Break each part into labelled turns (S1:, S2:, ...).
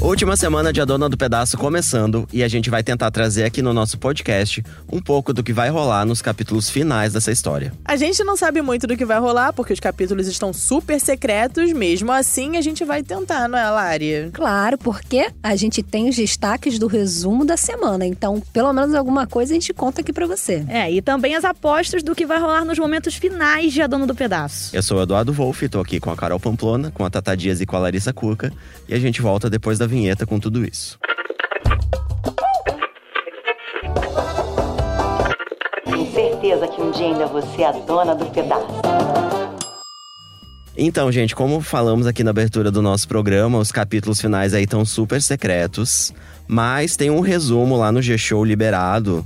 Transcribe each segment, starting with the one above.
S1: Última semana de A Dona do Pedaço começando e a gente vai tentar trazer aqui no nosso podcast um pouco do que vai rolar nos capítulos finais dessa história.
S2: A gente não sabe muito do que vai rolar, porque os capítulos estão super secretos. Mesmo assim, a gente vai tentar, não é, Lari?
S3: Claro, porque a gente tem os destaques do resumo da semana. Então, pelo menos alguma coisa a gente conta aqui pra você.
S4: É, e também as apostas do que vai rolar nos momentos finais de A Dona do Pedaço.
S1: Eu sou o Eduardo Wolff, tô aqui com a Carol Pamplona, com a Tata Dias e com a Larissa Cuca. E a gente volta depois da vinheta com tudo isso.
S5: Tenho certeza que um dia ainda você é a dona do pedaço.
S1: Então, gente, como falamos aqui na abertura do nosso programa, os capítulos finais aí estão super secretos, mas tem um resumo lá no G-Show liberado.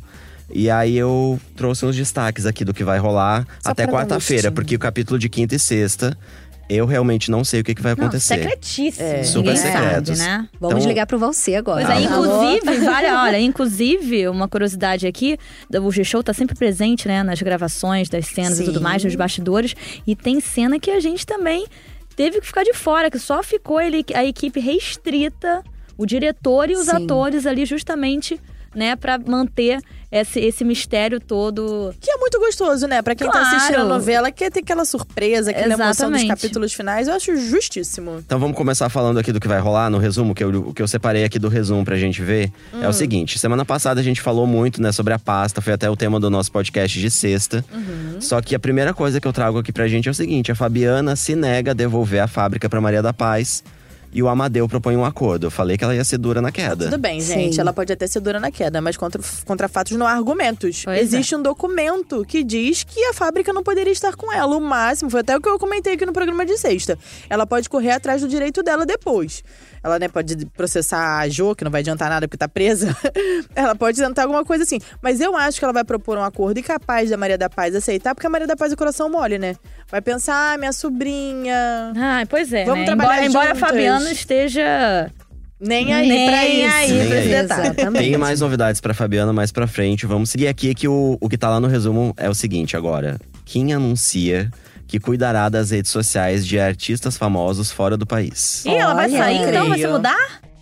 S1: E aí eu trouxe uns destaques aqui do que vai rolar
S2: Só
S1: até
S2: pra dar um uma
S1: quarta-feira,
S2: listinha.
S1: porque o capítulo de quinta e sexta, eu realmente não sei o que, que vai acontecer.
S4: Não, secretíssimo.
S2: É.
S1: Super
S4: Ninguém sabe,
S1: secretos.
S4: né?
S3: Vamos
S1: Então-
S3: ligar pro Valci agora.
S4: Pois é,
S3: Alô?
S4: inclusive, vale, olha, inclusive, uma curiosidade aqui, o G-Show tá sempre presente, né, nas gravações, das cenas
S2: Sim.
S4: e tudo mais, nos bastidores, e tem cena que a gente também teve que ficar de fora, que só ficou ele, a equipe restrita, o diretor e os
S3: Sim.
S4: atores ali justamente, né, pra manter esse, esse mistério todo.
S2: Que é muito gostoso, né? Pra quem tá
S4: Claro.
S2: assistindo a novela, quer ter aquela surpresa, aquela emoção dos
S4: Exatamente.
S2: capítulos finais. Eu acho justíssimo.
S1: Então vamos começar falando aqui do que vai rolar no resumo, que eu, o que eu separei aqui do resumo pra gente ver. É o seguinte, semana passada a gente falou muito, né, sobre a pasta, foi até o tema do nosso podcast de sexta. Só que a primeira coisa que eu trago aqui pra gente é o seguinte, a Fabiana se nega a devolver a fábrica pra Maria da Paz e o Amadeu propõe um acordo. Eu falei que ela ia ser dura na queda.
S2: Tudo bem,
S3: Sim.
S2: gente. Ela pode até ser dura na queda, mas contra, contra fatos não há argumentos.
S4: Pois é.
S2: Existe um documento que diz que a fábrica não poderia estar com ela. O máximo, foi até o que eu comentei aqui no programa de sexta. Ela pode correr atrás do direito dela depois. Ela né, pode processar a Jo, que não vai adiantar nada porque tá presa. ela pode tentar alguma coisa assim. Mas eu acho que ela vai propor um acordo incapaz da Maria da Paz aceitar, porque a Maria da Paz é coração mole, né? Vai pensar, ah, minha sobrinha.
S4: Ah, pois é,
S2: Vamos
S4: né?
S2: trabalhar
S4: embora, embora a
S2: juntas.
S4: Fabiano esteja
S2: Nem aí
S4: Nem
S2: pra isso.
S4: aí
S1: pra esse
S2: detalhe.
S3: Exatamente.
S1: é Tem mais novidades pra Fabiana mais pra frente. Vamos seguir aqui que o, o que tá lá no resumo é o seguinte agora. Kim anuncia que cuidará das redes sociais de artistas famosos fora do país.
S4: Ih, ela vai
S3: Olha,
S4: sair então? Vai se
S2: creio.
S4: mudar?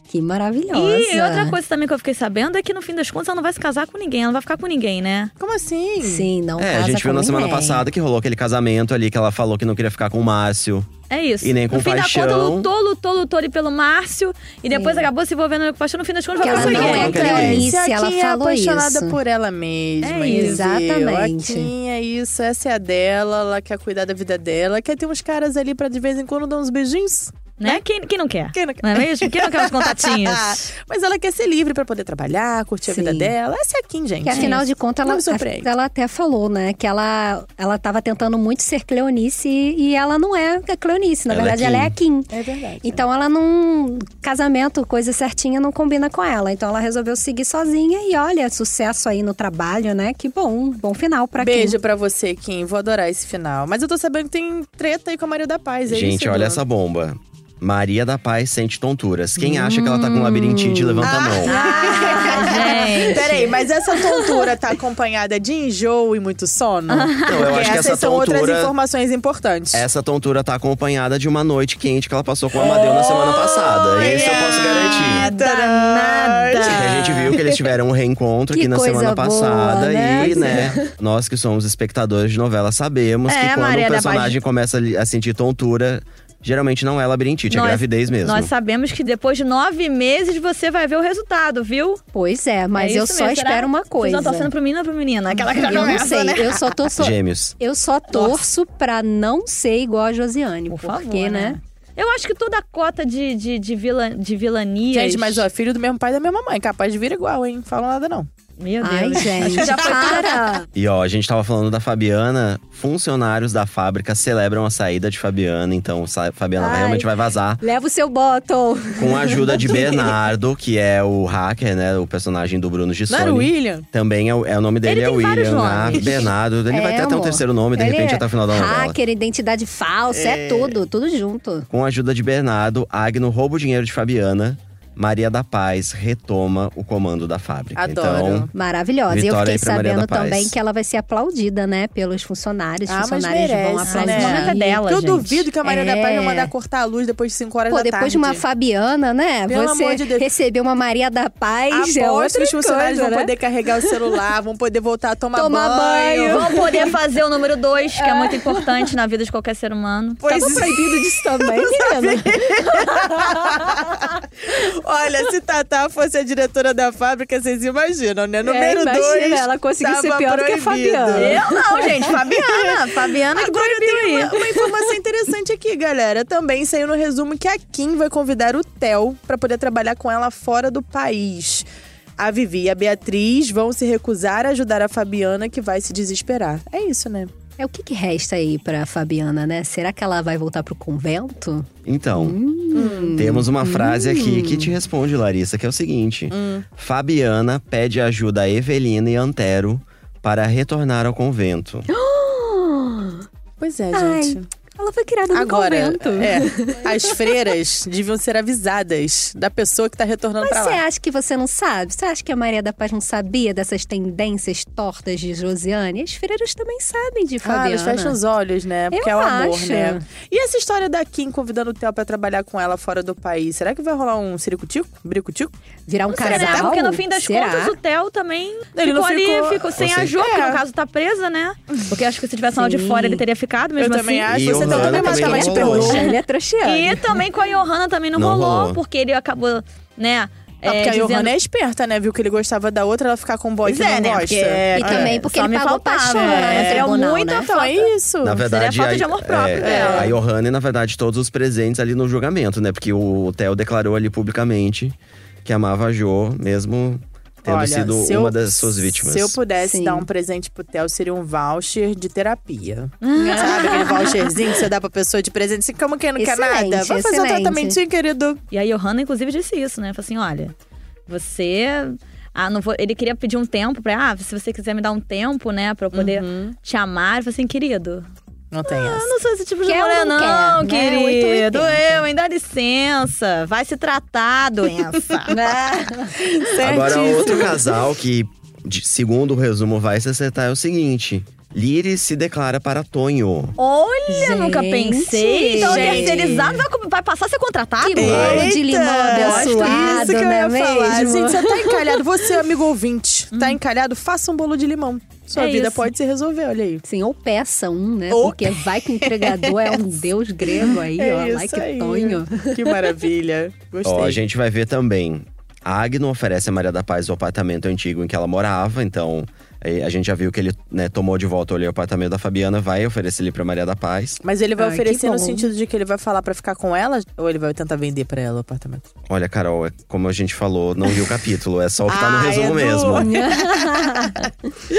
S3: Que maravilhosa.
S4: E outra coisa também que eu fiquei sabendo é que no fim das contas ela não vai se casar com ninguém, ela não vai ficar com ninguém, né?
S2: Como assim?
S3: Sim, não
S1: É, a
S3: casa
S1: gente viu
S3: um com
S1: na semana
S3: ninguém.
S1: passada que rolou aquele casamento ali que ela falou que não queria ficar com o Márcio.
S4: É isso.
S1: E nem com
S4: no fim
S1: paixão.
S4: da conta, lutou, lutou, lutou ali pelo Márcio e depois acabou se envolvendo com paixão. No fim das contas,
S3: Que
S4: vai
S3: ela
S4: pra
S3: não
S4: ninguém.
S3: é
S1: Nunca ninguém.
S3: Clarice,
S2: Isso
S3: ela
S2: aqui é
S3: falou
S2: apaixonada
S3: isso.
S2: por ela mesma.
S4: É
S2: Izzy.
S3: isso. Exatamente.
S2: Aqui é isso, essa é a dela, ela quer cuidar da vida dela. Quer ter uns caras ali pra de vez em quando dar uns beijinhos.
S4: Né? Quem, quem não quer?
S2: Quem não quer?
S4: Não é mesmo? Quem não quer os contatinhos?
S2: Mas ela quer ser livre pra poder trabalhar, curtir
S3: Sim.
S2: a vida dela. Essa é a Kim, gente.
S3: Que afinal de contas,
S2: Não
S3: ela,
S2: me surpreende.
S3: ela até falou, né? Que ela, ela tava tentando muito ser Cleonice e, e ela não é a Cleonice. Na
S1: Ela é
S3: verdade, ela é a Kim.
S2: É verdade.
S3: Então ela não. Casamento, coisa certinha, não combina com ela. Então ela resolveu seguir sozinha e olha, sucesso aí no trabalho, né? Que bom, bom final pra
S2: Beijo
S3: quem.
S2: pra você, Kim. Vou adorar esse final. Mas eu tô sabendo que tem treta aí com a Maria da Paz. É
S1: Gente,
S2: isso,
S1: olha
S2: Edu?
S1: essa bomba. Maria da Paz sente tonturas. Quem acha que ela tá com labirintite,
S3: Hum.
S1: levanta a mão.
S4: Ah, gente.
S2: Peraí, mas essa tontura tá acompanhada de enjoo e muito sono? Não,
S1: eu acho que
S2: essas
S1: essa
S2: são outras
S1: tontura-
S2: informações importantes.
S1: Essa tontura tá acompanhada de uma noite quente que ela passou com o Amadeu
S3: Oh,
S1: na semana passada. E isso eu posso
S2: É
S1: garantir.
S2: Danada.
S1: Que a gente viu que eles tiveram um reencontro
S3: Que
S1: aqui na
S3: coisa
S1: semana
S3: boa,
S1: passada.
S3: né?
S1: E, né, nós que somos espectadores de novela sabemos
S4: É,
S1: que quando
S4: Maria
S1: um
S4: da
S1: personagem começa a sentir tontura, geralmente não é labirintite, é
S4: Nós-
S1: gravidez mesmo.
S4: Nós sabemos que depois de nove meses você vai ver o resultado, viu?
S3: Pois é, mas
S4: É
S3: eu
S4: isso
S3: só
S4: mesmo.
S3: espero
S4: Será?
S3: uma coisa. tá
S4: Vocês estão torcendo pro menino ou pro menina? Aquela que já
S3: eu não
S4: começa,
S3: sei,
S4: né?
S3: eu só tô. só-
S1: Gêmeos.
S3: eu só torço pra não ser igual a Josiane.
S4: Por
S3: porque, né?
S4: favor, né? Eu acho que toda a cota de, de, de, vila, de vilanias…
S2: Gente, mas ó, filho do mesmo pai e da mesma mãe, capaz de vir igual, hein? Falam nada não.
S4: Meu Deus.
S3: Ai, gente,
S4: Já foi
S3: para!
S1: E ó, a gente tava falando da Fabiana. Funcionários da fábrica celebram a saída de Fabiana. Então, sa- Fabiana
S3: Ai.
S1: realmente vai vazar.
S3: Leva o seu bottle!
S1: Com a ajuda de Bernardo, que é o hacker, né? O personagem do Bruno
S2: Não era o
S1: Gissoni.
S2: William?
S1: Também é o, é o nome dele,
S4: Ele
S1: é
S4: tem vários
S1: William. né?
S4: nomes.
S1: Bernardo. Ele
S3: É,
S1: vai ter até um
S3: amor.
S1: terceiro nome, de
S3: Ele
S1: repente,
S3: é
S1: até o final da novela.
S3: Hacker, identidade falsa, é, tudo, tudo junto.
S1: Com a ajuda de Bernardo, Agno rouba o dinheiro de Fabiana Maria da Paz retoma o comando da fábrica.
S2: Adoro.
S1: Então,
S3: Maravilhosa. E eu
S1: Vitória aí
S3: fiquei
S1: pra Maria da
S3: sabendo
S1: Paz.
S3: também que ela vai ser aplaudida, né? Pelos funcionários.
S2: Ah, mas
S3: funcionários vão
S2: merece,
S3: aplaudir.
S2: né?
S4: O momento é dela,
S2: Que eu
S4: gente.
S2: duvido que a Maria da Paz
S3: É.
S2: vai mandar cortar a luz depois de 5 horas
S3: Pô,
S2: da
S3: depois
S2: tarde.
S3: de uma Fabiana, né?
S2: Pelo
S3: você
S2: amor de Deus.
S3: receber uma Maria da Paz é
S2: Aposto que
S3: outra
S2: os funcionários
S3: coisa,
S2: vão
S3: né?
S2: poder carregar o celular, vão poder voltar a tomar,
S3: Tomar banho.
S4: Vão poder fazer o número dois, que é muito importante na vida de qualquer ser humano.
S2: Pois é.
S3: Tava proibido disso também, menina.
S2: Olha, se Tatá fosse a diretora da fábrica, vocês imaginam, né? Número
S3: É, imagina,
S2: 2.
S3: ela conseguiu ser pior do que a Fabiana.
S4: Eu não, gente. Fabiana.
S3: Ah,
S4: Fabiana que
S2: Agora eu
S4: proibiu
S3: né?
S2: tenho
S4: ir.
S2: uma, uma informação interessante aqui, galera. Também saiu no resumo que a Kim vai convidar o Theo pra poder trabalhar com ela fora do país. A Vivi e a Beatriz vão se recusar a ajudar a Fabiana, que vai se desesperar. É isso, né?
S3: É o que, que resta aí pra Fabiana, né? Será que ela vai voltar pro convento?
S1: então temos uma frase aqui que te responde, Larissa, que é o seguinte: Fabiana pede ajuda a Evelina e Antero para retornar ao convento.
S2: Pois é,
S3: Ai,
S2: gente.
S3: Ela foi criada no
S2: Agora,
S3: convento.
S2: é, as freiras deviam ser avisadas da pessoa que tá retornando
S3: Mas
S2: pra
S3: você
S2: lá.
S3: acha que você não sabe? Você acha que a Maria da Paz não sabia dessas tendências tortas de Josiane? As freiras também sabem de
S2: Ah, elas
S3: Fabiana.
S2: fecham os olhos, né? Porque
S3: Eu
S2: é o amor,
S3: acho.
S2: né? E essa história da Kim convidando o Theo pra trabalhar com ela fora do país? Será que vai rolar um ciricutico? Bricutico?
S3: Virar um
S4: Será?
S3: casal?
S4: Porque no fim das
S3: Será?
S4: contas, o Theo também
S2: Ele
S4: ficou
S2: não
S4: ali,
S2: ficou-
S4: ficou, sem
S1: Você-
S4: a Jo, que
S2: É.
S4: no caso tá presa, né? Porque acho que se tivesse lá de
S3: Sim.
S4: fora, ele teria ficado mesmo
S2: Eu
S4: assim.
S2: também acho.
S1: E
S2: Você tá
S1: Johanna
S2: também
S1: também
S2: acha que ela
S1: não
S2: te
S1: rolou.
S2: perdoa?
S3: Poxa, ele é trouxiano.
S4: E também com a Johanna também não,
S1: Não
S4: rolou,
S1: rolou.
S4: porque ele acabou, né?
S2: Ah, porque
S4: é,
S2: a
S4: dizendo-
S2: Johanna é esperta, né? Viu que ele gostava da outra, ela ficar com um boy
S4: Pois
S2: que não
S4: é, né?
S2: gosta.
S4: Porque- é,
S3: E também porque
S4: só
S3: ele
S4: me
S3: pagou
S4: faltava,
S3: paixão lá
S4: né?
S3: no
S4: Era
S3: tribunal,
S4: muita
S3: né?
S2: Então é isso.
S1: Na verdade,
S4: falta
S1: a-
S4: de amor próprio
S1: é,
S4: dela.
S1: A Johanna, na verdade, todos os presentes ali no julgamento, né? Porque o Theo declarou ali publicamente que amava a Jo, mesmo tendo
S2: Olha,
S1: sido
S2: se eu-
S1: uma das suas vítimas.
S2: Se eu pudesse
S3: Sim.
S2: dar um presente pro Theo, seria um voucher de terapia.
S3: Ah.
S2: Sabe aquele voucherzinho que você dá pra pessoa de presente? Assim, como quem não quer
S3: Excelente,
S2: nada? Vai fazer um
S3: excelente.
S2: tratamentinho, querido.
S4: E a Johanna, inclusive, disse isso, né? Falou assim: olha, você. Ah, não vou... Ele queria pedir um tempo pra. Ah, se você quiser me dar um tempo, né? Pra eu poder
S3: Uhum.
S4: te amar. Eu falei assim, querido.
S2: Hum, Não tem
S4: Eu
S3: Ah,
S2: essa.
S4: não sou esse tipo de
S3: Quer
S4: mulher,
S3: ou não
S4: não,
S3: quer, né?
S4: querido.
S3: 8,80.
S4: Eu, hein? Dá licença. Vai se tratar, doença.
S3: Né?
S1: Agora,
S2: Certíssimo.
S1: outro casal que, de- segundo o resumo, vai se acertar é o seguinte: Liri se declara para Tonho.
S4: Olha, nunca pensei. Então, o
S3: Gente.
S4: terceirizado vai, co- vai passar a ser contratado?
S3: Que bolo de limão abençoado,
S2: isso que eu
S3: né
S2: ia falar.
S3: mesmo? Hum.
S2: Gente, você tá encalhado. Você, amigo ouvinte, tá encalhado, faça um bolo de limão. Sua
S4: É
S2: vida
S4: isso.
S2: pode se resolver, olha aí.
S3: Sim, ou peça um, né?
S2: Ou
S3: Porque vai que o entregador é um deus grego aí, ó.
S2: É isso
S3: like
S2: aí.
S3: Tonho.
S2: Que maravilha. Gostei.
S1: Ó, a gente vai ver também. A Agno oferece a Maria da Paz o apartamento antigo em que ela morava, então eh, a gente já viu que ele né, tomou de volta ali o apartamento da Fabiana, vai oferecer ele para Maria da Paz.
S2: Mas ele vai
S3: Ai, que
S2: oferecer no
S3: bom.
S2: sentido de que ele vai falar pra ficar com ela? Ou ele vai tentar vender pra ela o apartamento?
S1: Olha, Carol, é como a gente falou, não vi o capítulo, é só o que tá no
S2: Ah,
S1: resumo
S2: Edu!
S1: mesmo.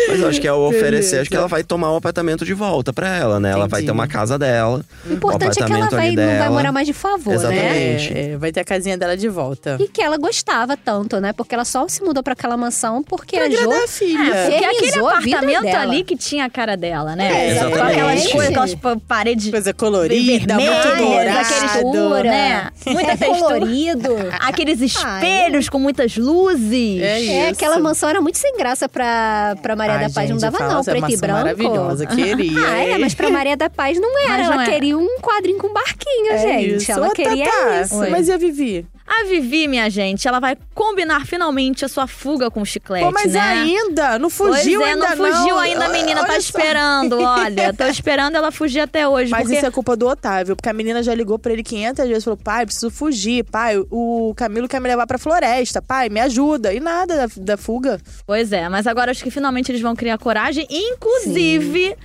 S1: Mas eu acho que é o oferecer, acho que
S2: Beleza.
S1: ela vai tomar o apartamento de volta pra ela, né? Ela vai
S2: Entendi.
S1: ter uma casa dela.
S3: O importante é que ela
S1: apartamento
S3: vai,
S1: ali
S3: não vai
S1: dela.
S3: morar mais de favor, né?
S1: Exatamente.
S2: É, é, vai ter a casinha dela de volta.
S3: E que ela gostava tanto, né? Porque ela só se mudou pra aquela mansão porque a Jo
S2: Agradar a filha.
S3: É,
S4: Porque aquele
S3: Eternizou a vida
S4: apartamento
S3: dela.
S4: ali que tinha a cara dela, né?
S1: É,
S4: Com aquelas
S1: exatamente.
S4: coisas, aquelas pa- paredes
S2: Coisa colorida,
S4: vermelhas,
S2: muito
S4: aquele
S2: dourado.
S4: textura, né? Muita
S3: é
S4: textura.
S3: colorido.
S4: Aqueles espelhos com muitas luzes.
S2: É isso.
S3: É, aquela mansão era muito sem graça pra, pra Maria
S2: Ai,
S3: da Paz. não
S2: gente,
S3: dava
S2: fala,
S3: não,
S2: essa
S3: preto e
S2: maçã
S3: branco.
S2: maravilhosa, queria.
S3: Ah, é,
S2: hein?
S3: mas pra Maria da Paz não era.
S4: Mas não é.
S3: ela
S4: era.
S3: queria um quadrinho com barquinho,
S2: É
S3: gente.
S2: isso.
S3: Ela
S2: Ô,
S3: queria
S2: Tatá,
S3: isso.
S2: Mas e a Vivi?
S4: A Vivi, minha gente, ela vai combinar finalmente a sua fuga com o chiclete,
S2: Pô, mas
S4: né?
S2: ainda, não
S4: Pois
S2: fugiu
S4: é,
S2: ainda
S4: não fugiu ainda a
S2: Olha-
S4: menina, tá
S2: olha só.
S4: esperando, olha. Tô esperando ela fugir até hoje,
S2: Mas
S4: porque...
S2: isso é culpa do Otávio, porque a menina já ligou pra ele 500 vezes, falou: pai, preciso fugir, pai, o Camilo quer me levar pra floresta, pai, me ajuda. E nada da, da fuga.
S4: Pois é, mas agora acho que finalmente eles vão criar coragem. Inclusive,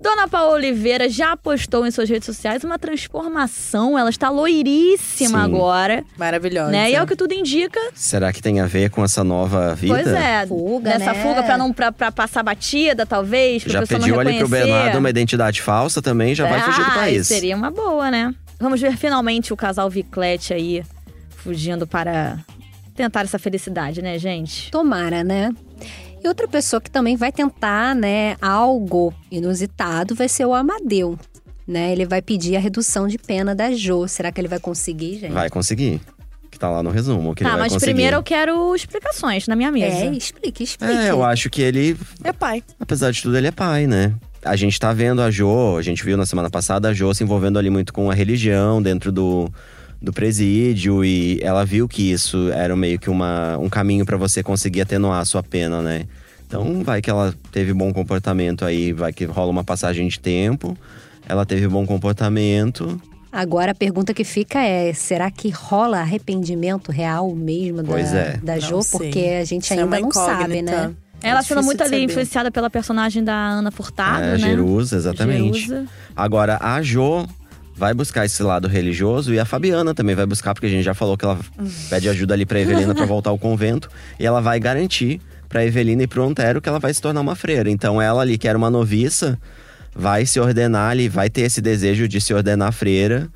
S4: Dona Paula Oliveira já postou em suas redes sociais uma transformação. Ela está loiríssima
S1: Sim.
S4: agora,
S2: Maravilhosa.
S4: né? E é o que tudo indica.
S1: Será que tem a ver com essa nova vida?
S4: Pois é,
S3: Fuga,
S4: nessa
S3: né?
S4: fuga pra não pra, pra passar batida, talvez, pra
S1: Já
S4: pessoa não
S1: pediu ali pro
S4: reconhecer.
S1: Bernardo uma identidade falsa também, já vai fugir do
S4: Ah,
S1: país.
S4: Seria uma boa, né? Vamos ver finalmente o casal Viclete aí fugindo para tentar essa felicidade, né, gente?
S3: Tomara, né? E outra pessoa que também vai tentar, né, algo inusitado vai ser o Amadeu. Né, ele vai pedir a redução de pena da Jo. Será que ele vai conseguir, gente?
S1: Vai conseguir. que tá lá no resumo. Que
S4: Tá,
S1: ele vai
S4: mas
S1: conseguir.
S4: primeiro eu quero explicações na minha
S3: É,
S4: mesa.
S3: explique, explique.
S1: É, eu acho que ele,
S2: É pai.
S1: apesar de tudo, ele é pai, né? A gente tá vendo a Jo, a gente viu na semana passada a Jo se envolvendo ali muito com a religião dentro do, do presídio. E ela viu que isso era meio que uma, um caminho pra você conseguir atenuar a sua pena, né? Então vai que ela teve bom comportamento aí, vai que rola uma passagem de tempo. Ela teve bom comportamento.
S3: Agora a pergunta que fica é: será que rola arrependimento real mesmo da,
S1: Pois é.
S3: da Jo?
S2: Não sei.
S3: Porque a gente
S2: Isso é
S3: ainda
S2: uma
S3: não sabe,
S2: incógnita.
S3: né?
S4: Ela
S2: É
S4: sendo
S2: difícil
S4: muito
S2: de
S4: ali
S2: saber.
S4: influenciada pela personagem da Ana Furtado,
S1: é,
S4: né?
S1: Jerusa, exatamente.
S4: Jerusa.
S1: Agora, a Jo vai buscar esse lado religioso e a Fabiana também vai buscar, porque a gente já falou que ela pede ajuda ali pra Evelina pra voltar ao convento. E ela vai garantir pra Evelina e pro Antero que ela vai se tornar uma freira. Então ela ali, que era uma noviça, vai se ordenar ali, vai ter esse desejo de se ordenar freira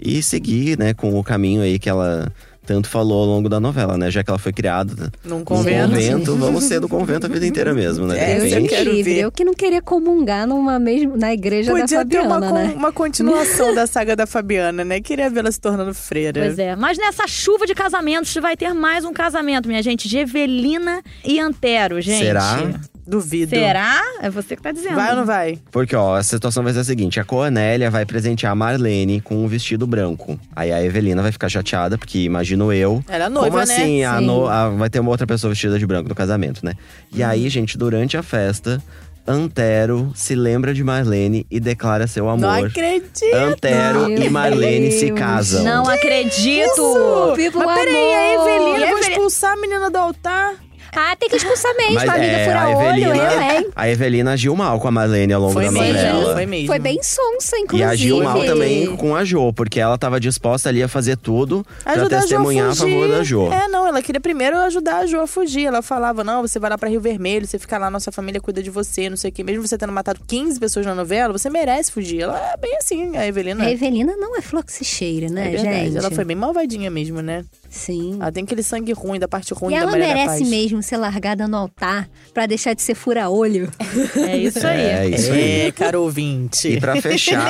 S1: e seguir, né, com o caminho aí que ela tanto falou ao longo da novela, né? Já que ela foi criada
S2: Num
S1: no
S2: convento.
S1: convento, vamos ser do convento a vida inteira mesmo, né?
S2: É,
S1: De
S3: Deus
S2: eu
S3: é
S1: repente-
S2: sempre quero
S3: livre.
S2: ver.
S3: Eu que não queria comungar numa mesmo, na igreja da
S2: Podia ter
S3: Fabiana,
S2: uma, con-
S3: né?
S2: uma continuação da saga da Fabiana, né? Queria vê-la se tornando freira.
S4: Pois é. Mas nessa chuva de casamentos, vai ter mais um casamento, minha gente. De Evelina e Antero, gente.
S1: Será?
S2: Duvido.
S4: Será? É você que tá dizendo.
S2: Vai ou não vai?
S1: Porque, ó, a situação vai ser a seguinte: a Coanélia vai presentear a Marlene com um vestido branco. Aí a Evelina vai ficar chateada, porque imagino eu.
S2: Ela é noiva,
S1: como assim?
S2: né?
S1: A
S3: Sim.
S1: no- a- vai ter uma outra pessoa vestida de branco no casamento, né? E
S2: Uhum.
S1: aí, gente, durante a festa, Antero se lembra de Marlene e declara seu
S2: Não
S1: amor.
S2: acredito.
S1: Antero
S3: Meu
S1: e Marlene se
S3: Deus.
S1: casam.
S4: Não acredito!
S3: Viva o
S2: Mas peraí, a
S3: amor.
S2: Evelina,
S4: E
S2: eu vou
S4: Evelyn-
S2: expulsar a menina do altar?
S3: Ah, tem que expulsar mesmo,
S2: tá
S1: Mas
S3: amiga
S1: é,
S3: fura
S1: a
S3: olho,
S1: Evelina,
S3: eu, hein?
S1: a Evelina agiu mal com a Marlene ao longo
S2: Foi
S1: da
S2: mesmo,
S1: novela.
S2: foi mesmo.
S3: Foi bem sonsa,
S1: E
S3: inclusive.
S1: agiu mal também com a Jo, porque ela tava disposta ali a fazer tudo pra
S2: Ajudar a Jo
S1: testemunhar
S2: a
S1: a, favor
S2: fugir.
S1: da Jo.
S2: É, não, ela queria primeiro ajudar a Jo a fugir. Ela falava, não, você vai lá pra Rio Vermelho, você fica lá, nossa família cuida de você, não sei o quê. Mesmo você tendo matado 15 pessoas na novela, você merece fugir. Ela é bem assim, a Evelina.
S3: A Evelina não é flor que se cheira, né,
S2: É verdade,
S3: gente?
S2: ela foi bem malvadinha mesmo, né?
S3: Sim.
S2: Ela tem aquele sangue ruim da parte ruim
S3: e
S2: da
S3: ela
S2: Maria da
S3: merece
S2: Paz.
S3: mesmo ser largada no altar pra deixar de ser fura-olho.
S4: É isso aí.
S1: É, isso aí.
S2: É, caro
S1: E
S2: ouvinte.
S1: pra fechar,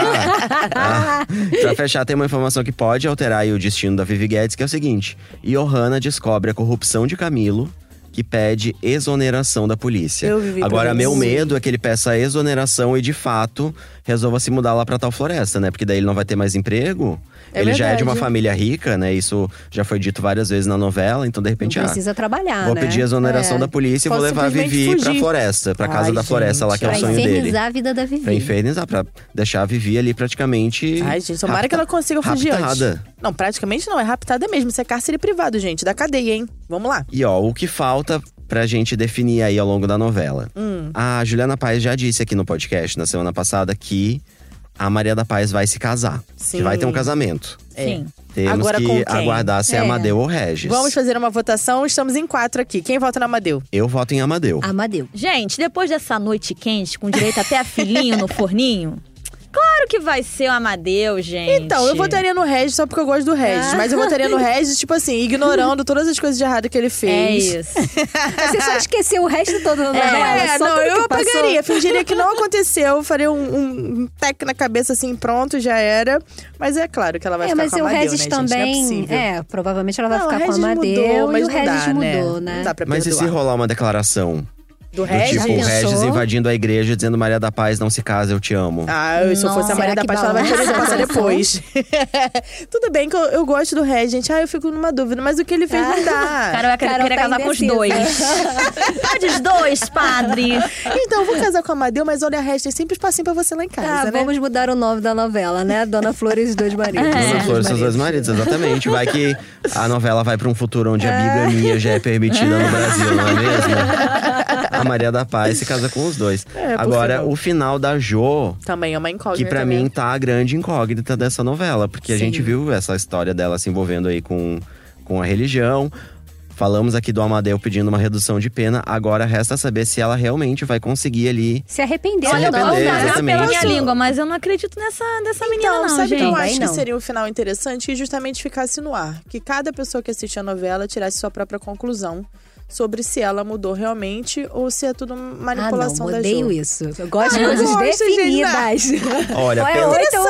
S1: ah, pra fechar tem uma informação que pode alterar aí o destino da Vivi Guedes, que é o seguinte: Johanna descobre a corrupção de Camilo, que pede exoneração da polícia.
S2: Eu vivi pra
S1: Agora,
S2: isso.
S1: meu medo é que ele peça a exoneração e de fato resolva se mudar lá pra tal floresta, né? Porque daí ele não vai ter mais emprego.
S2: É
S1: ele já é de uma
S2: verdade.
S1: família rica, né? Isso já foi dito várias vezes na novela, então de
S3: Não
S1: repente ah,
S3: precisa trabalhar,
S1: Vou
S3: né?
S1: pedir a exoneração
S3: É.
S1: da polícia e vou
S2: Posso
S1: levar a
S2: simplesmente
S1: Vivi pra
S2: fugir.
S1: floresta, pra casa
S2: Ai,
S1: da floresta lá,
S2: gente,
S1: que é o
S3: Pra
S2: ai.
S1: sonho dele.
S3: infernizar a vida da Vivi.
S1: Pra infernizar, pra deixar a Vivi ali praticamente.
S2: Ai, gente, tomara que ela consiga fugir
S1: raptada.
S2: antes. Não, praticamente não, é raptada mesmo. Isso é cárcere privado, gente, da cadeia, hein? Vamos lá.
S1: E ó, o que falta pra gente definir aí ao longo da novela?
S2: Hum.
S1: A Juliana Paz já disse aqui no podcast na semana passada que a Maria da Paz vai se casar.
S2: Sim.
S1: Que vai ter um casamento.
S4: Sim.
S1: Temos
S2: Agora com
S1: que
S2: quem?
S1: aguardar se é
S3: É.
S1: Amadeu ou Regis.
S2: Vamos fazer uma votação, estamos em quatro aqui. Quem vota na Amadeu?
S1: Eu voto em Amadeu.
S2: Ah,
S3: Amadeu.
S4: Gente, depois dessa noite quente, com direito até a filhinho no forninho, claro que vai ser o Amadeu, gente.
S2: Então, eu votaria no Regis só porque eu gosto do Regis.
S3: Ah.
S2: Mas eu votaria no Regis, tipo assim, ignorando todas as coisas de errado que ele
S4: É
S2: fez.
S4: isso.
S3: Você só esqueceu o resto todo da novela.
S2: É,
S3: só
S2: não,
S3: tudo
S2: eu
S3: que passou.
S2: apagaria. Fingiria que não aconteceu. Faria um, um, um tec na cabeça assim, pronto, já era. Mas é claro que ela vai
S3: É,
S2: ficar
S3: mas
S2: com a
S3: o
S2: Amadeu,
S3: Regis
S2: né,
S3: também.
S2: Gente? Não é, possível.
S3: é, provavelmente ela vai
S2: Não,
S3: ficar
S2: o Regis
S3: com a Amadeu
S2: mudou,
S3: e
S2: mas
S3: o
S2: não
S3: Regis
S2: dá,
S3: mudou,
S2: né?
S3: né?
S2: Não dá pra
S1: Mas e se
S2: perdoar.
S1: rolar uma declaração?
S2: Do
S1: Do
S2: Regis?
S1: tipo, o
S3: Já
S1: Regis
S3: pensou?
S1: invadindo a igreja dizendo Maria da Paz, não se casa, eu te amo.
S2: Ah, eu- se eu fosse
S3: Nossa,
S2: a Maria
S3: será
S2: da
S3: que
S2: Paz, ela vai querer
S3: balança
S2: passar
S3: a
S2: depois. Tudo bem que eu, eu gosto do Regis, gente. Ah, eu fico numa dúvida, mas o que ele fez não dá.
S4: Cara, vai querer,
S3: Carol
S4: querer
S3: tá
S4: casar com os
S3: indecisa.
S4: dois. Pode os dois, padre.
S2: Então, eu vou casar com a Amadeu, mas olha, a Regis tem sempre espacinho pra você lá em
S3: Tá,
S2: casa, né?
S3: vamos mudar o nome da novela, né? Dona Flor e os dois maridos.
S4: É.
S1: Dona
S4: Os
S1: Flor e seus dois maridos, exatamente. Vai que a novela vai pra um futuro onde a bigamia já é permitida no Brasil, não é mesmo? A Maria da Paz se casa com os dois.
S2: É, por
S1: Agora,
S2: sinal.
S1: o final da Jo,
S2: Também é uma incógnita.
S1: que pra
S2: né?
S1: mim tá a grande incógnita dessa novela, porque a
S2: Sim.
S1: gente viu essa história dela se envolvendo aí com, com a religião. Falamos aqui do Amadeu pedindo uma redução de pena. Agora resta saber se ela realmente vai conseguir ali
S3: Se arrependeu.
S1: Se
S4: Olha, eu tô
S1: arrepender,
S4: usando pela
S1: exatamente.
S4: minha língua, mas eu não acredito nessa, nessa menina,
S2: Então,
S4: não,
S2: sabe o
S4: gente.
S2: que eu
S3: Vai
S2: acho que
S3: não.
S2: seria um final assim interessante? Que justamente ficasse no ar. Que cada pessoa que assiste a novela tirasse sua própria conclusão sobre se ela mudou realmente ou se é tudo manipulação
S3: ah, não,
S2: da
S3: odeio
S2: Jo.
S3: isso. Eu gosto de
S2: Ah,
S3: coisas
S2: gosto, gente,
S3: definidas.
S1: Olha,
S3: Ou é
S1: pelo-
S3: 8 ou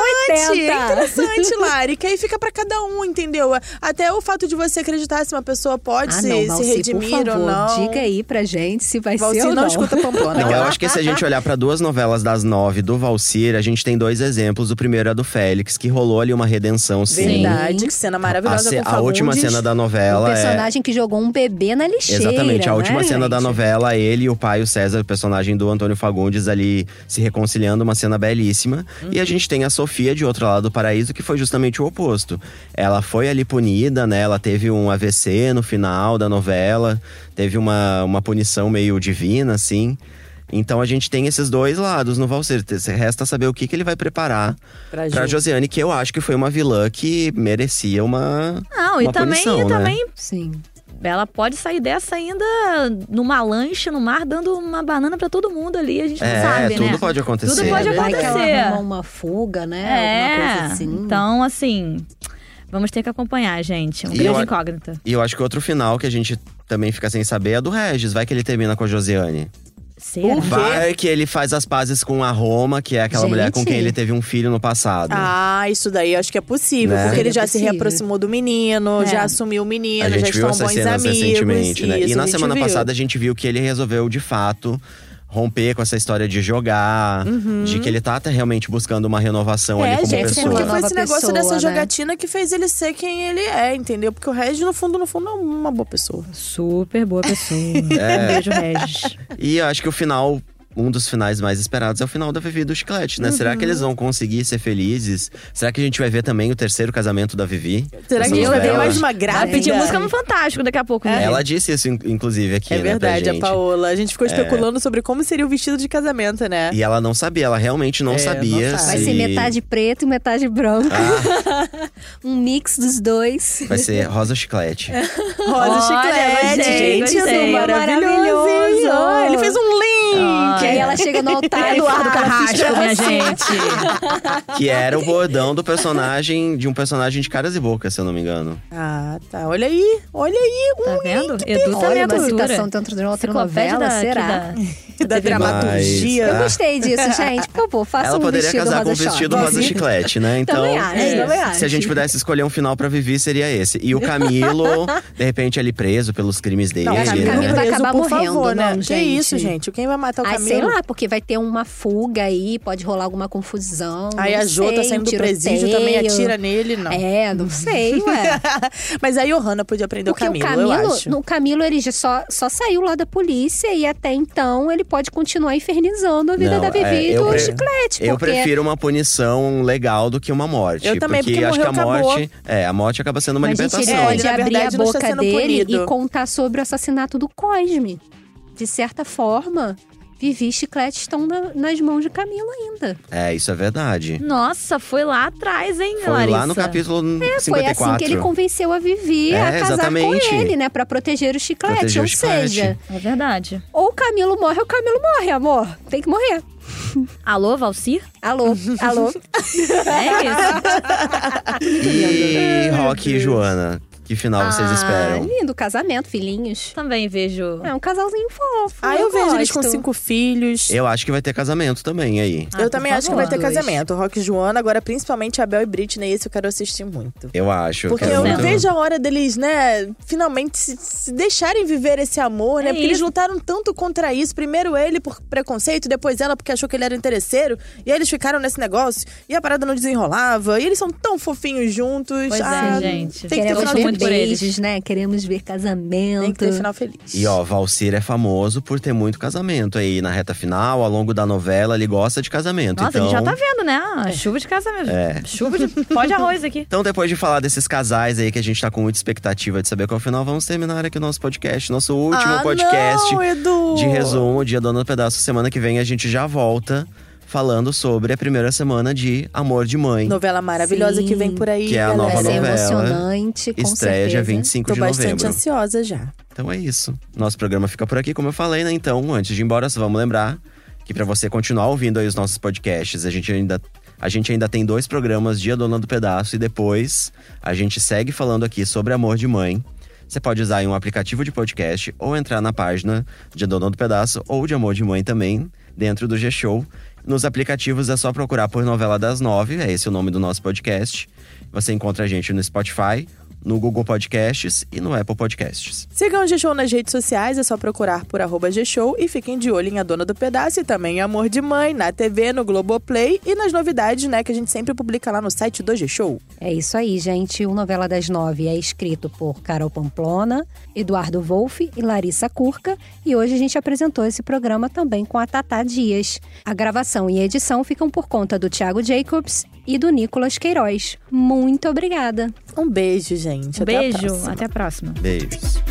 S3: 80.
S2: interessante, Lari, que aí fica pra cada um, entendeu? Até o fato de você acreditar se uma pessoa pode
S3: Ah,
S2: se,
S3: não,
S2: se
S3: Valci, por
S2: redimir
S3: favor,
S2: ou não.
S3: diga aí pra gente se vai
S2: Valci
S3: ser ou
S2: não,
S3: não.
S2: escuta Pamplona.
S1: Não, eu acho que se a gente olhar para duas novelas das nove do Valcir, a gente tem dois exemplos. O primeiro é do Félix, que rolou ali uma redenção, sim.
S2: Verdade, que cena
S1: A,
S2: maravilhosa
S1: ce-
S2: com
S1: a
S2: Fagundes.
S1: última cena da
S3: O
S1: novela é.
S3: personagem que jogou um bebê na lixeira,
S1: Exatamente, a última
S3: né,
S1: cena da
S3: gente?
S1: novela, ele e o pai, o César, o personagem do Antônio Fagundes ali se reconciliando, uma cena belíssima. E a gente tem a Sofia de outro lado do paraíso, que foi justamente o oposto. Ela foi ali punida, né? Ela teve um AVC no final da novela, teve uma, uma punição meio divina, assim. Então a gente tem esses dois lados no Valser. Resta saber o que, que ele vai preparar
S2: Pra
S1: pra
S2: Jo.
S1: Josiane, que eu acho que foi uma vilã que merecia uma.
S4: Não, e
S1: Uma
S4: também,
S1: punição,
S4: e
S1: né?
S4: também
S3: Sim.
S4: ela pode sair dessa ainda numa lancha no mar, dando uma banana pra todo mundo ali. A gente não
S1: É,
S4: sabe,
S1: tudo
S4: né?
S1: pode acontecer.
S4: Tudo pode
S1: né?
S3: Vai que ela
S4: acontecer.
S3: arruma uma fuga, né? Alguma
S4: É.
S3: coisa assim.
S4: Então, assim, vamos ter que acompanhar, gente. Uma
S1: E
S4: grande
S1: eu-
S4: incógnita.
S1: E eu acho que outro final que a gente também fica sem saber é do Regis. Vai que ele termina com a Josiane.
S4: Será?
S2: Ufa.
S1: Vai que ele faz as pazes com a Roma, que é aquela
S3: Gente.
S1: mulher com quem ele teve um filho no passado.
S2: Ah, isso daí acho que é possível,
S1: Né?
S2: porque ele já
S3: É
S2: se
S3: possível.
S2: reaproximou do menino,
S3: É.
S2: já assumiu o menino,
S1: a
S2: já
S1: gente viu
S2: estão
S1: essas
S2: bons
S1: cenas
S2: amigos.
S1: recentemente, né?
S2: Isso,
S1: e
S2: a
S1: na
S2: gente
S1: semana
S2: viu.
S1: passada a gente viu que ele resolveu, de fato, romper com essa história de jogar, de que ele tá até realmente buscando uma renovação
S2: Uhum. É,
S1: ali como
S2: gente,
S1: pessoa.
S2: porque foi
S3: Nova
S2: esse negócio
S3: pessoa,
S2: dessa
S3: né?
S2: jogatina que fez ele ser quem ele é, entendeu? Porque o Regis, no fundo, no fundo, é uma boa pessoa.
S4: Super boa pessoa. Um
S1: É.
S4: Beijo, Regis.
S1: E eu acho que o final, um dos finais mais esperados é o final da Vivi e do Chiclete, né?
S2: Uhum.
S1: Será que eles vão conseguir ser felizes? Será que a gente vai ver também o terceiro casamento da Vivi? Essa
S2: Será que a
S3: é
S2: gente vai ver
S1: novela?
S2: mais uma
S4: Ela
S2: grávida?
S4: pediu música no Fantástico daqui a pouco, né?
S1: Ela disse isso, in- inclusive, aqui,
S2: É
S1: né, pra
S2: verdade, a
S1: gente. É.
S2: Paola. A gente ficou especulando sobre como seria o vestido de casamento, né?
S1: E ela não sabia, ela realmente não
S2: É,
S1: sabia
S2: não
S1: se…
S2: sabe.
S3: Vai ser metade preto e metade branco.
S1: Ah,
S3: Um mix dos dois.
S1: vai ser rosa chiclete.
S2: Rosa
S4: Olha,
S2: chiclete,
S4: gostei,
S2: gente.
S4: gostei.
S2: maravilhoso.
S3: Maravilhoso.
S2: Ele fez um link.
S3: Que aí ela chega no altar e
S4: é Eduardo
S3: fala,
S4: Carrasco, minha gente.
S1: que era o bordão do personagem, de um personagem de caras e bocas, se eu não me engano.
S2: Ah, tá. Olha aí. Olha aí. Um
S4: Tá vendo? Edu também
S3: Olha,
S4: é
S3: uma citação
S4: cultura.
S3: dentro de uma outra
S4: Enciclopédia
S3: novela,
S4: da-
S3: será?
S4: aqui da-
S2: da dramaturgia.
S1: Mas,
S3: Eu
S1: Ah.
S3: gostei disso, gente. Por favor, faça
S1: ela
S3: um
S1: poderia
S3: vestido
S1: casar com um
S3: rosa
S1: vestido
S3: choque.
S1: rosa chiclete, né? Então,
S3: Também acho,
S4: é,
S3: também acho.
S1: se a gente pudesse escolher um final pra Vivi, seria esse. E o Camilo, de repente, ali preso pelos crimes dele,
S2: Não,
S3: Ele,
S2: Camilo
S3: Camilo
S1: né?
S3: vai
S2: preso,
S3: acabar
S2: por
S3: morrendo,
S2: favor, né?
S3: não,
S2: que
S3: gente.
S2: isso, gente? Quem vai matar o
S3: Ai,
S2: Camilo?
S3: sei lá, porque vai ter uma fuga aí, pode rolar alguma confusão.
S2: Aí
S3: não
S2: a Jô tá
S3: sei,
S2: saindo
S3: um
S2: do presídio,
S3: tiroteio.
S2: também atira nele, não.
S3: É, não sei, ué.
S2: Mas aí a Johanna podia aprender
S3: Porque
S2: o É Camilo,
S3: o Camilo,
S2: eu acho.
S3: no- o Camilo ele já só, só saiu lá da polícia e até então ele pode continuar infernizando a vida
S1: Não,
S3: da Vivi
S1: é,
S3: e
S1: eu
S3: do
S1: pre-
S3: chiclete.
S1: Eu
S3: porque
S1: prefiro uma punição legal do que uma morte.
S2: Eu também, porque
S1: acho que a
S2: morreu, acabou.
S1: morte. É, a morte acaba sendo uma
S3: Mas, gente,
S1: libertação.
S3: ele
S2: É,
S3: pode
S2: ele, na
S3: abrir
S2: verdade,
S3: a
S2: não está
S3: boca
S2: sendo
S3: dele
S2: punido.
S3: e contar sobre o assassinato do Cosme. De certa forma, Vivi e Chiclete estão na- nas mãos de Camilo ainda.
S1: É, isso é verdade.
S4: Nossa, foi lá atrás, hein,
S1: Foi
S4: Larissa?
S1: lá no capítulo
S3: Foi
S1: 54.
S3: assim que ele convenceu a Vivi
S1: É,
S3: a casar
S1: exatamente.
S3: com ele, né? Pra proteger o Chiclete.
S1: Proteger o
S3: Ou
S1: Chiclete.
S3: seja,
S4: É verdade.
S3: ou o Camilo morre ou o Camilo morre, amor. Tem que morrer.
S4: Alô, Valci?
S3: Alô, alô.
S4: É isso.
S1: E Rock e Joana, que final vocês
S3: Ah,
S1: esperam?
S3: Lindo casamento, filhinhos.
S4: Também vejo.
S3: É um casalzinho fofo.
S2: Ah, eu, vejo eles com
S3: gosto.
S2: cinco filhos.
S1: Eu acho que vai ter casamento também aí.
S4: Ah,
S2: Eu
S4: por
S2: também acho que vai
S4: favor.
S2: ter
S3: Dois.
S2: casamento. Rock e Joana, agora principalmente Abel e Britney, esse eu quero assistir muito.
S1: Eu acho.
S2: Porque
S1: quero
S2: eu não
S1: muito-
S2: vejo a hora deles, né, finalmente se, se deixarem viver esse amor, né?
S4: É
S2: porque eles
S4: isso.
S2: lutaram tanto contra isso. Primeiro ele por preconceito, depois ela porque achou que ele era um interesseiro. E aí eles ficaram nesse negócio e a parada não desenrolava. E eles são tão fofinhos juntos.
S4: Pois é,
S2: ah,
S4: gente.
S2: Tem que ter
S4: Queremos
S2: final
S4: ver
S2: feliz.
S4: muito por eles.
S3: beijos, né? Queremos ver casamento.
S2: Tem que ter final feliz.
S1: E ó, Valcir é famoso por ter muito casamento aí na reta final, ao longo da novela, ele gosta de casamento.
S4: Nossa,
S1: então... É.
S4: a gente já tá vendo, né?
S3: É.
S4: Ah, Chuva de casamento. Chuva de pó de arroz aqui.
S1: Então, depois de falar desses casais aí que a gente tá com muita expectativa de saber qual é o final, vamos terminar aqui o nosso podcast, nosso último
S2: ah,
S1: podcast
S2: não, Edu.
S1: de resumo, dia Dona do Pedaço. Semana que vem a gente já volta falando sobre a primeira semana de Amor de Mãe.
S2: Novela maravilhosa
S3: Sim.
S2: que vem por aí,
S1: Que é a
S2: galera.
S1: nova
S3: Vai ser
S1: novela.
S3: emocionante, com
S1: Estreia dia
S3: certeza.
S1: 25
S2: Tô
S1: de
S2: bastante
S1: novembro.
S2: ansiosa já.
S1: Então é isso. Nosso programa fica por aqui, como eu falei, né? Então, antes de ir embora, só vamos lembrar que pra você continuar ouvindo aí os nossos podcasts, a gente ainda. A gente ainda tem dois programas, Dia Dona do Pedaço, e depois a gente segue falando aqui sobre Amor de Mãe. Você pode usar em um aplicativo de podcast ou entrar na página de Dono do Pedaço ou de Amor de Mãe também, dentro do G-Show. Nos aplicativos é só procurar por Novela das Nove, é esse o nome do nosso podcast. Você encontra a gente no Spotify, no Google Podcasts e no Apple Podcasts.
S2: Sigam o G-Show nas redes sociais, é só procurar por arroba G-Show e fiquem de olho em A Dona do Pedaço e também em Amor de Mãe, na TV, no Globoplay e nas novidades, né, que a gente sempre publica lá no site do G-Show.
S3: É isso aí, gente. O Novela das Nove é escrito por Carol Pamplona, Eduardo Wolff e Larissa Kurka. E hoje a gente apresentou esse programa também com a Tatá Dias. A gravação e a edição ficam por conta do Thiago Jacobs e do Nicolas Queiroz. Muito obrigada!
S2: Um beijo, gente.
S4: Um
S2: Até a
S4: beijo,
S2: próxima.
S4: até a próxima.
S1: Beijos.